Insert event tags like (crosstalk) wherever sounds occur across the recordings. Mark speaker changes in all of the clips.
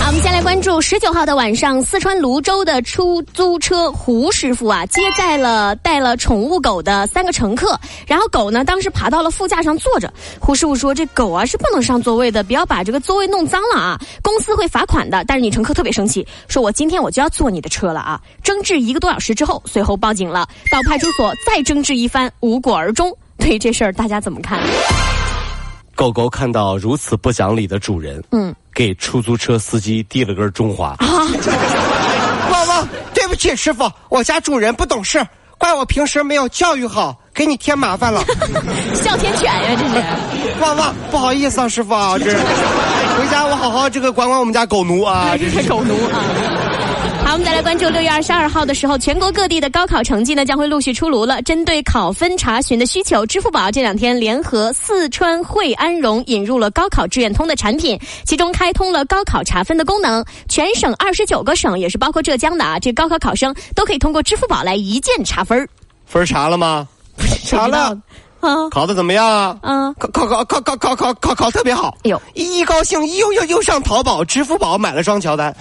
Speaker 1: 好，我们先来关注十九号的晚上，四川泸州的出租车胡师傅啊，接待了带了宠物狗的三个乘客，然后狗呢当时爬到了副驾上坐着。胡师傅说：“这狗啊是不能上座位的，不要把这个座位弄脏了啊，公司会罚款的。”但是女乘客特别生气，说：“我今天我就要坐你的车了啊！”争执一个多小时之后，随后报警了，到派出所再争执一番，无果而终。对于这事儿，大家怎么看？
Speaker 2: 狗狗看到如此不讲理的主人，嗯，给出租车司机递了根中华。
Speaker 1: 啊
Speaker 3: 汪汪，对不起，师傅，我家主人不懂事，怪我平时没有教育好，给你添麻烦
Speaker 2: (laughs)
Speaker 3: 了。
Speaker 1: 哮天犬呀、这是。
Speaker 3: 汪汪，不好意思啊，师傅啊，
Speaker 2: (laughs)
Speaker 3: 这回家我好好这个管管我们家狗奴啊。
Speaker 1: 这是狗奴啊。好，我们再来关注六月二十二号的时候，全国各地的高考成绩呢将会陆续出炉了。针对考分查询的需求，支付宝这两天联合四川惠安融引入了高考志愿通的产品，其中开通了高考查分的功能。全省二十九个省，也是包括浙江的啊，这高考考生都可以通过支付宝来一键查分儿。
Speaker 2: 分儿查了吗？
Speaker 3: 查了，
Speaker 1: 啊
Speaker 2: 考的怎么样啊？
Speaker 1: 啊，
Speaker 3: 考考考考考考考考考特别好。
Speaker 1: 哎呦
Speaker 3: 一一高兴，又又又上淘宝、支付宝买了双乔丹。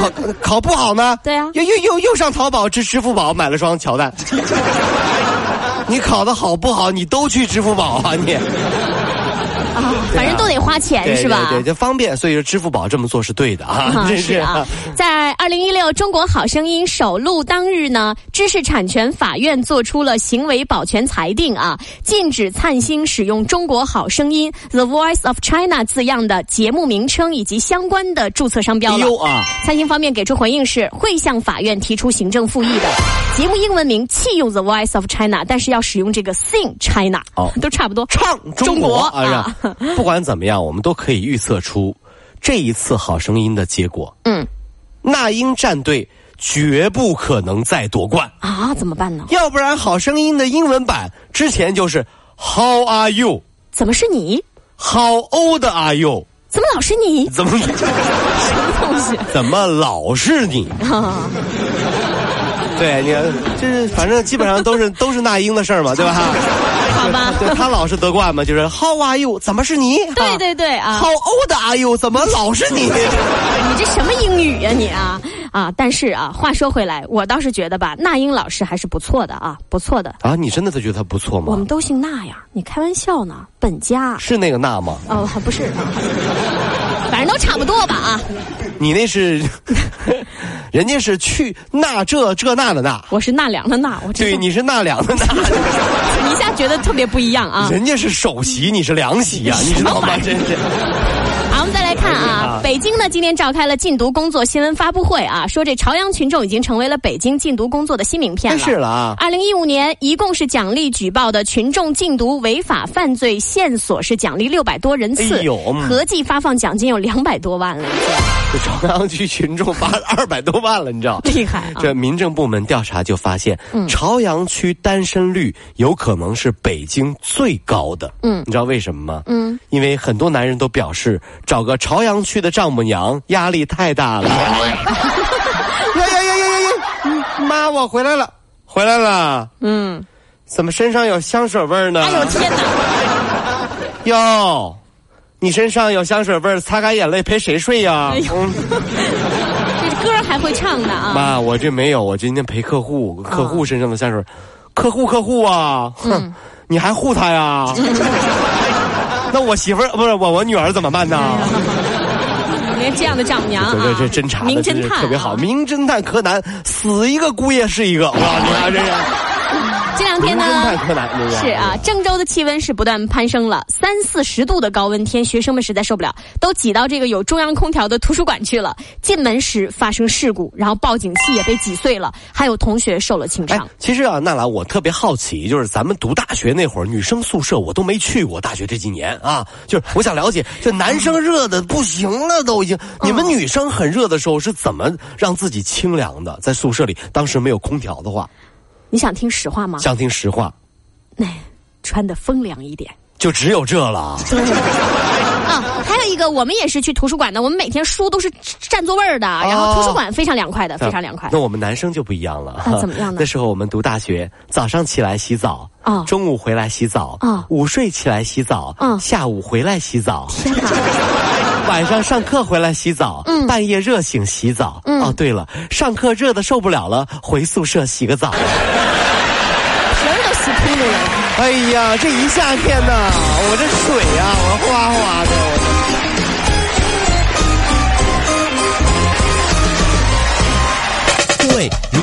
Speaker 3: 考考考不好呢？
Speaker 1: 啊 (laughs) 对啊
Speaker 3: 又又又又上淘宝、支支付宝买了双乔
Speaker 1: (laughs)
Speaker 3: 丹。你考的好不好？你都去支付宝啊你。
Speaker 1: 反正都得花钱、
Speaker 3: 对
Speaker 1: 是吧？
Speaker 3: 对对，就方便，所以说支付宝这么做是对的啊，
Speaker 1: 啊，
Speaker 3: 真
Speaker 1: 是啊，在二零一六中国好声音首录当日呢，知识产权法院作出了行为保全裁定啊，禁止灿星使用“中国好声音 ”（The Voice of China） 字样的节目名称以及相关的注册商标
Speaker 3: 哎
Speaker 1: 了。
Speaker 3: 呦啊，
Speaker 1: 灿星方面给出回应是会向法院提出行政复议的。节目英文名弃用 The Voice of China，但是要使用这个 Sing China，、
Speaker 2: 哦
Speaker 1: 都差不多。
Speaker 3: 唱中国哎
Speaker 1: 国
Speaker 2: 啊，是吧不管怎么样，我们都可以预测出这一次《好声音》的结果。
Speaker 1: 嗯，
Speaker 2: 那英战队绝不可能再夺冠，
Speaker 1: 啊，怎么办呢？
Speaker 3: 要不然《好声音》的英文版
Speaker 2: 之前就是 How are you?
Speaker 1: 怎么是你？
Speaker 2: How old are you?
Speaker 1: 怎么老是你？
Speaker 2: 怎么
Speaker 1: 什么东西？
Speaker 2: 怎么老是你？
Speaker 1: (laughs)
Speaker 3: 对，你看，就是反正基本上都是 (laughs) 都是那英的事儿嘛，对吧？
Speaker 1: (laughs) 好吧。
Speaker 3: 对他老是得冠嘛，就是 How are you？怎么是你？
Speaker 1: 对对对啊，
Speaker 3: ，How old are you？怎么老是
Speaker 1: (laughs)
Speaker 3: 你？
Speaker 1: 你这什么英语呀、你啊啊！但是啊，话说回来，我倒是觉得吧，那英老师还是不错的啊，不错的。
Speaker 2: 啊，你真的觉得他不错
Speaker 1: 我
Speaker 2: 吗
Speaker 1: 们？都姓那呀，你开玩笑呢？本家
Speaker 2: 是那个那吗？
Speaker 1: 哦，还不是啊， (laughs) 反正都差不多吧啊。
Speaker 2: 你
Speaker 3: (laughs)
Speaker 2: 那是，人家是去那这这那的那，
Speaker 1: 我是纳凉的纳，我这 (laughs)
Speaker 2: 对，你是那两的那，
Speaker 1: 你一下觉得特别不一样啊。
Speaker 2: 人家是首席，你是凉席
Speaker 1: (laughs)
Speaker 2: 呀、你知道吗？真是。
Speaker 1: 好，我们再来看啊，北京呢今天召开了禁毒工作新闻发布会啊，说这朝阳群众已经成为了北京禁毒工作的新名片了。
Speaker 2: 真是了啊！
Speaker 1: 二零一五年，一共是奖励举报的群众禁毒违法犯罪线索是奖励六百多人次，
Speaker 2: 哎呦嗯
Speaker 1: 合计发放奖金有两百多万了，
Speaker 2: 这朝阳区群众罚二百多万了，你知道？
Speaker 1: 厉害 (laughs) 啊！嗯
Speaker 2: 这民政部门调查就发现，朝阳区单身率有可能是北京最高的。嗯，你知道为什么吗？嗯，因为很多男人都表示找个朝阳区的丈母娘压力太大
Speaker 1: (laughs)
Speaker 2: 了。
Speaker 3: 呀呀呀呀呀呀！嗯妈，我回来了，
Speaker 2: 回来了，
Speaker 1: 嗯，
Speaker 2: 怎么身上有香水味儿呢？
Speaker 1: 哎呦天哪，
Speaker 2: 哟，你身上有香水味儿，擦干眼泪陪谁睡呀？
Speaker 1: 哎呦
Speaker 2: 嗯
Speaker 1: 这歌儿还会唱呢啊！
Speaker 2: 妈，我这没有，我今天陪客户，客户身上的香水，客户客户啊，
Speaker 1: 嗯
Speaker 2: 哼，你还护他
Speaker 1: (laughs)
Speaker 2: 呀？那我媳妇儿不是我我女儿怎么办呢？
Speaker 1: 连这样的丈母娘
Speaker 2: 这
Speaker 1: 啊，
Speaker 2: 这侦查的
Speaker 1: 名
Speaker 2: 真
Speaker 1: 侦
Speaker 2: 是
Speaker 1: 探
Speaker 2: 特别好，
Speaker 1: 啊。
Speaker 2: 名侦探柯南死一个姑爷是一个，哇，啊你看这是
Speaker 1: 这两天
Speaker 2: 名
Speaker 1: 呢
Speaker 2: 侦。探柯南，这
Speaker 1: 是啊，郑州的气温是不断攀升了，三四十度的高温天，学生们实在受不了，都挤到这个有中央空调的图书馆去了。进门时发生事故，然后报警器也被挤碎了，还有同学受了轻
Speaker 2: 哎
Speaker 1: 伤。，
Speaker 2: 其实啊，娜兰，我特别好奇，就是咱们读大学那会儿，女生宿舍我都没去过。大学这几年啊，就是我想了解，这男生热的不行了，都已经。
Speaker 1: 嗯
Speaker 2: 你们女生很热的时候是怎么让自己清凉的？在宿舍里，当时没有空调的话，
Speaker 1: 你想听实话吗？
Speaker 2: 想听实话，
Speaker 1: 哎，穿的风凉一点。
Speaker 2: 就只有这了啊。
Speaker 1: 啊，还有一个，我们也是去图书馆的，我们每天书都是占座位儿
Speaker 2: 啊
Speaker 1: 的，然后图书馆非常凉快的，非常凉快
Speaker 2: 那。我们男生就不一样了，
Speaker 1: 那怎么样呢
Speaker 2: 那时候我们读大学，早上起来洗澡，
Speaker 1: 哦
Speaker 2: 中午回来洗澡，
Speaker 1: 哦
Speaker 2: 午睡起来洗澡，
Speaker 1: 嗯
Speaker 2: 下午回来洗澡，
Speaker 1: 天哪，
Speaker 2: 晚上上课回来洗澡，半夜热醒洗澡。哦，对了，上课热的受不了了，回宿舍洗个澡。
Speaker 1: 皮儿都洗秃噜了。
Speaker 2: 哎呀，这一夏天呐，我这水呀、啊我哗哗的。我这
Speaker 4: 各位，如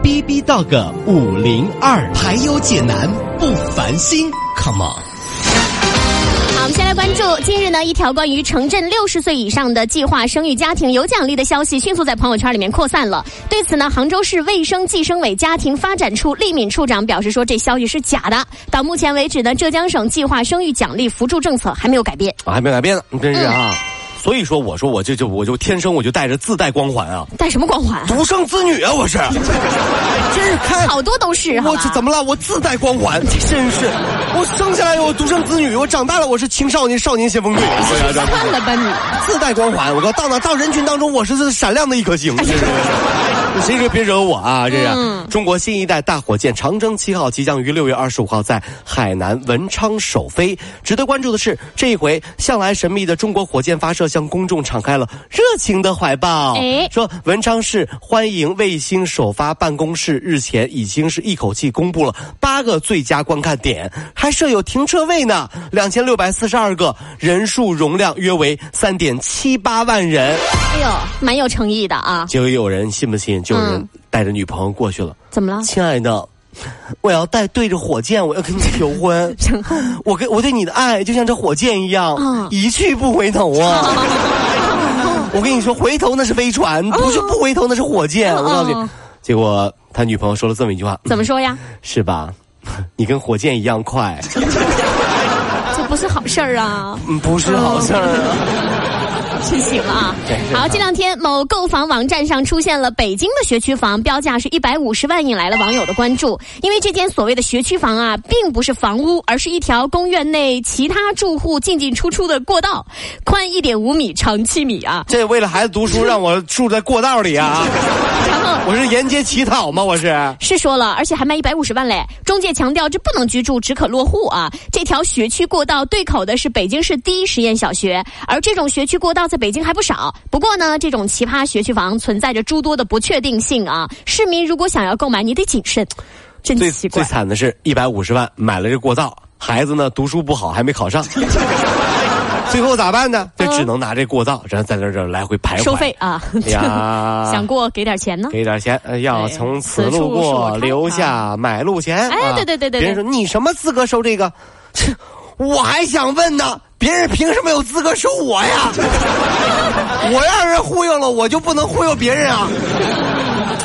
Speaker 4: B B Dog 五零二，排忧解难不烦心，Come on。
Speaker 1: 好，我们先来关注近日呢一条关于城镇六十岁以上的计划生育家庭有奖励的消息，迅速在朋友圈里面扩散了。对此呢，杭州市卫生计生委家庭发展处厉敏处长表示说，这消息是假的。到目前为止呢，浙江省计划生育奖励扶助政策还没有改变，
Speaker 2: 啊还没改变呢，真是啊。
Speaker 4: 嗯
Speaker 2: 所以说，我说我这就我就天生我就带着自带光环啊，
Speaker 1: 带什么光环？
Speaker 2: 独生子女啊，我是。
Speaker 3: 真是看
Speaker 1: 好多都是，
Speaker 4: 啊
Speaker 1: 好
Speaker 2: 我
Speaker 1: 吧
Speaker 2: 这怎么了？我自带光环，真是。
Speaker 3: 我生下来我独生子女，我长大了我是青少年少年先锋队，
Speaker 4: 啊
Speaker 1: 算了吧你，
Speaker 3: 自带光环。我告诉到哪到人群当中，我是闪亮的一颗星。
Speaker 4: 哎
Speaker 2: (laughs) 谁说别惹我啊！这样，中国新一代大火箭长征七号即将于六月二十五号在海南文昌首飞。值得关注的是，这一回向来神秘的中国火箭发射向公众敞开了热情的怀抱。
Speaker 1: 哎
Speaker 2: 说文昌市欢迎卫星首发办公室日前已经是一口气公布了八个最佳观看点，还设有停车位呢，两千六百四十二个，人数容量约为三点七八万人。
Speaker 1: 哎呦，蛮有诚意的啊，
Speaker 2: 结果有人信不信？就有人带着女朋友过去了。
Speaker 1: 怎么了？
Speaker 2: 亲爱的，我要带对着火箭，我要跟你求婚。我跟我对你的爱就像这火箭一样，
Speaker 1: 嗯
Speaker 2: 一去不回头啊！我跟你说，回头那是飞船，不是不回头那是火箭。我告诉
Speaker 1: 嗯
Speaker 2: 你，结果他女朋友说了这么一句话，
Speaker 1: 怎么说呀？
Speaker 2: 是吧？你跟火箭一样 (laughs) 快，
Speaker 1: 这不是好事儿啊。
Speaker 2: 嗯不是好事儿啊。
Speaker 1: 真行啊！好，这两天某购房网站上出现了北京的学区房，标价是一百五十万，引来了网友的关注。因为这间所谓的学区房啊，并不是房屋，而是一条公院内其他住户进进出出的过道，宽一点五米，长七米啊。
Speaker 2: 这为了孩子读书，让我住在过道里啊！
Speaker 1: 然后
Speaker 2: 我是沿街乞讨吗？我是。
Speaker 1: 是说了，而且还卖一百五十万嘞。中介强调这不能居住，只可落户啊。这条学区过道对口的是北京市第一实验小学，而这种学区过道在北京还不少。不过呢，这种奇葩学区房存在着诸多的不确定性啊。市民如果想要购买，你得谨慎。真
Speaker 2: 最
Speaker 1: 奇
Speaker 2: 最
Speaker 1: 怪，
Speaker 2: 惨的是，一百五十万买了这过道，孩子呢读书不好，还没
Speaker 1: (laughs)
Speaker 2: 考上，最后咋办呢？就只能拿这过道，然后在那儿这儿来回徘徊。
Speaker 1: 嗯收费啊！
Speaker 2: 哎呀，
Speaker 1: (laughs) 想过给点钱呢？
Speaker 2: 给点钱，呃要
Speaker 1: 哎
Speaker 2: 从此
Speaker 1: 此处
Speaker 2: 路
Speaker 1: 是我
Speaker 2: 过
Speaker 1: 看
Speaker 2: 留下买路钱。
Speaker 1: 哎
Speaker 2: 啊
Speaker 1: 对对对对
Speaker 2: 别人
Speaker 1: 对
Speaker 2: 说你什么资格收这个？ (laughs) 切
Speaker 3: 我还想问呢，别人凭什么有资格收我
Speaker 1: (laughs)
Speaker 3: 呀？我让人忽悠了，我就不能忽悠别人
Speaker 1: (laughs)
Speaker 3: 啊？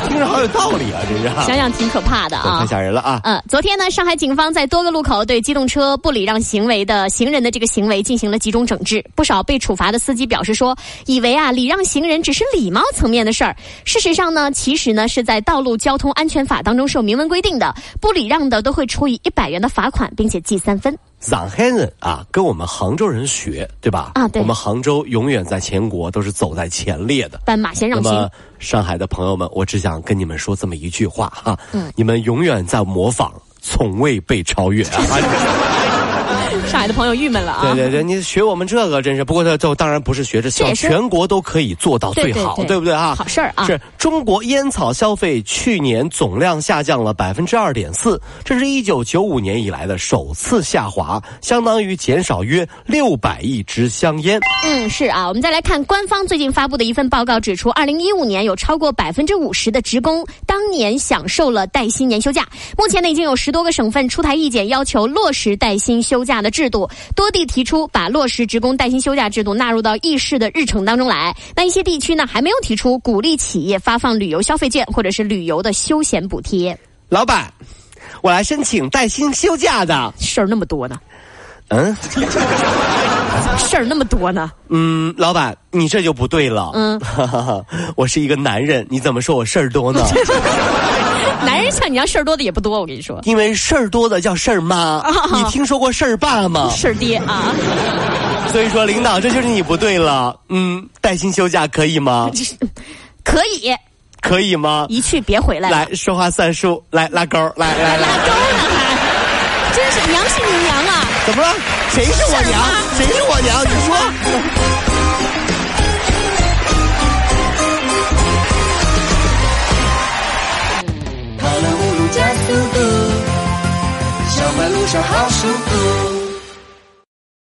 Speaker 2: 听着好有道理啊，真是啊
Speaker 1: 想想挺可怕的啊！
Speaker 2: 太吓人了啊！
Speaker 1: 嗯，昨天呢，上海警方在多个路口对机动车不礼让行为的行人的这个行为进行了集中整治。不少被处罚的司机表示说，以为啊礼让行人只是礼貌层面的事儿，事实上呢，其实呢是在《道路交通安全法》当中是有明文规定的，不礼让的都会处以一百元的罚款，并且记三分。
Speaker 2: 上海人啊，跟我们杭州人学，对吧？
Speaker 1: 啊对
Speaker 2: 我们杭州永远在全国都是走在前列的。
Speaker 1: 斑马先让
Speaker 2: 那
Speaker 1: 行
Speaker 2: 么，，上海的朋友们，我只想跟你们说这么一句话哈、
Speaker 1: 嗯
Speaker 2: 你们永远在模仿，从未被超越啊！
Speaker 1: 上海的朋友郁闷了啊。
Speaker 2: 对对对，你学我们这个真是，不过这这当然不是学着
Speaker 1: 这
Speaker 2: 效，
Speaker 1: 也是
Speaker 2: 全国都可以做到最好，
Speaker 1: 对对对
Speaker 2: 不对啊？
Speaker 1: 好事儿啊
Speaker 2: 是中国烟草消费去年总量下降了百分之二点四，这是一九九五年以来的首次下滑，相当于减少约六百亿支香烟。
Speaker 1: 嗯，是啊，我们再来看官方最近发布的一份报告，指出，二零一五年有超过百分之五十的职工当年享受了带薪年休假。目前呢，已经有十多个省份出台意见，要求落实带薪休假的制度，多地提出把落实职工带薪休假制度纳入到议事的日程当中来。那一些地区呢，还没有提出鼓励企业发放旅游消费券或者是旅游的休闲补贴，
Speaker 2: 老板，我来申请带薪休假的。
Speaker 1: 事儿那么多呢，
Speaker 2: 嗯
Speaker 1: 事儿那么多呢，
Speaker 2: 嗯，老板，你这就不对了。嗯， (laughs) 我是一个男人，你怎么说我事儿多
Speaker 1: (laughs)
Speaker 2: 呢？
Speaker 1: 男人像你要事儿多的也不多，我跟你说，
Speaker 2: 因为事儿多的叫事儿妈，
Speaker 1: 哦
Speaker 2: 你听说过事儿爸吗？
Speaker 1: 事儿爹啊。
Speaker 2: 所以说，领导，这就是你不对了。嗯，带薪休假可以吗？
Speaker 1: 可以
Speaker 2: 可以吗？
Speaker 1: 一去别回来了。
Speaker 2: 来，说话算数，来拉钩，来来来，
Speaker 1: 拉钩呢还，真是娘是你娘啊！
Speaker 2: 怎么了？谁是我娘？谁是我娘？你说。
Speaker 5: 跑了五路加速度，上班路上好舒服。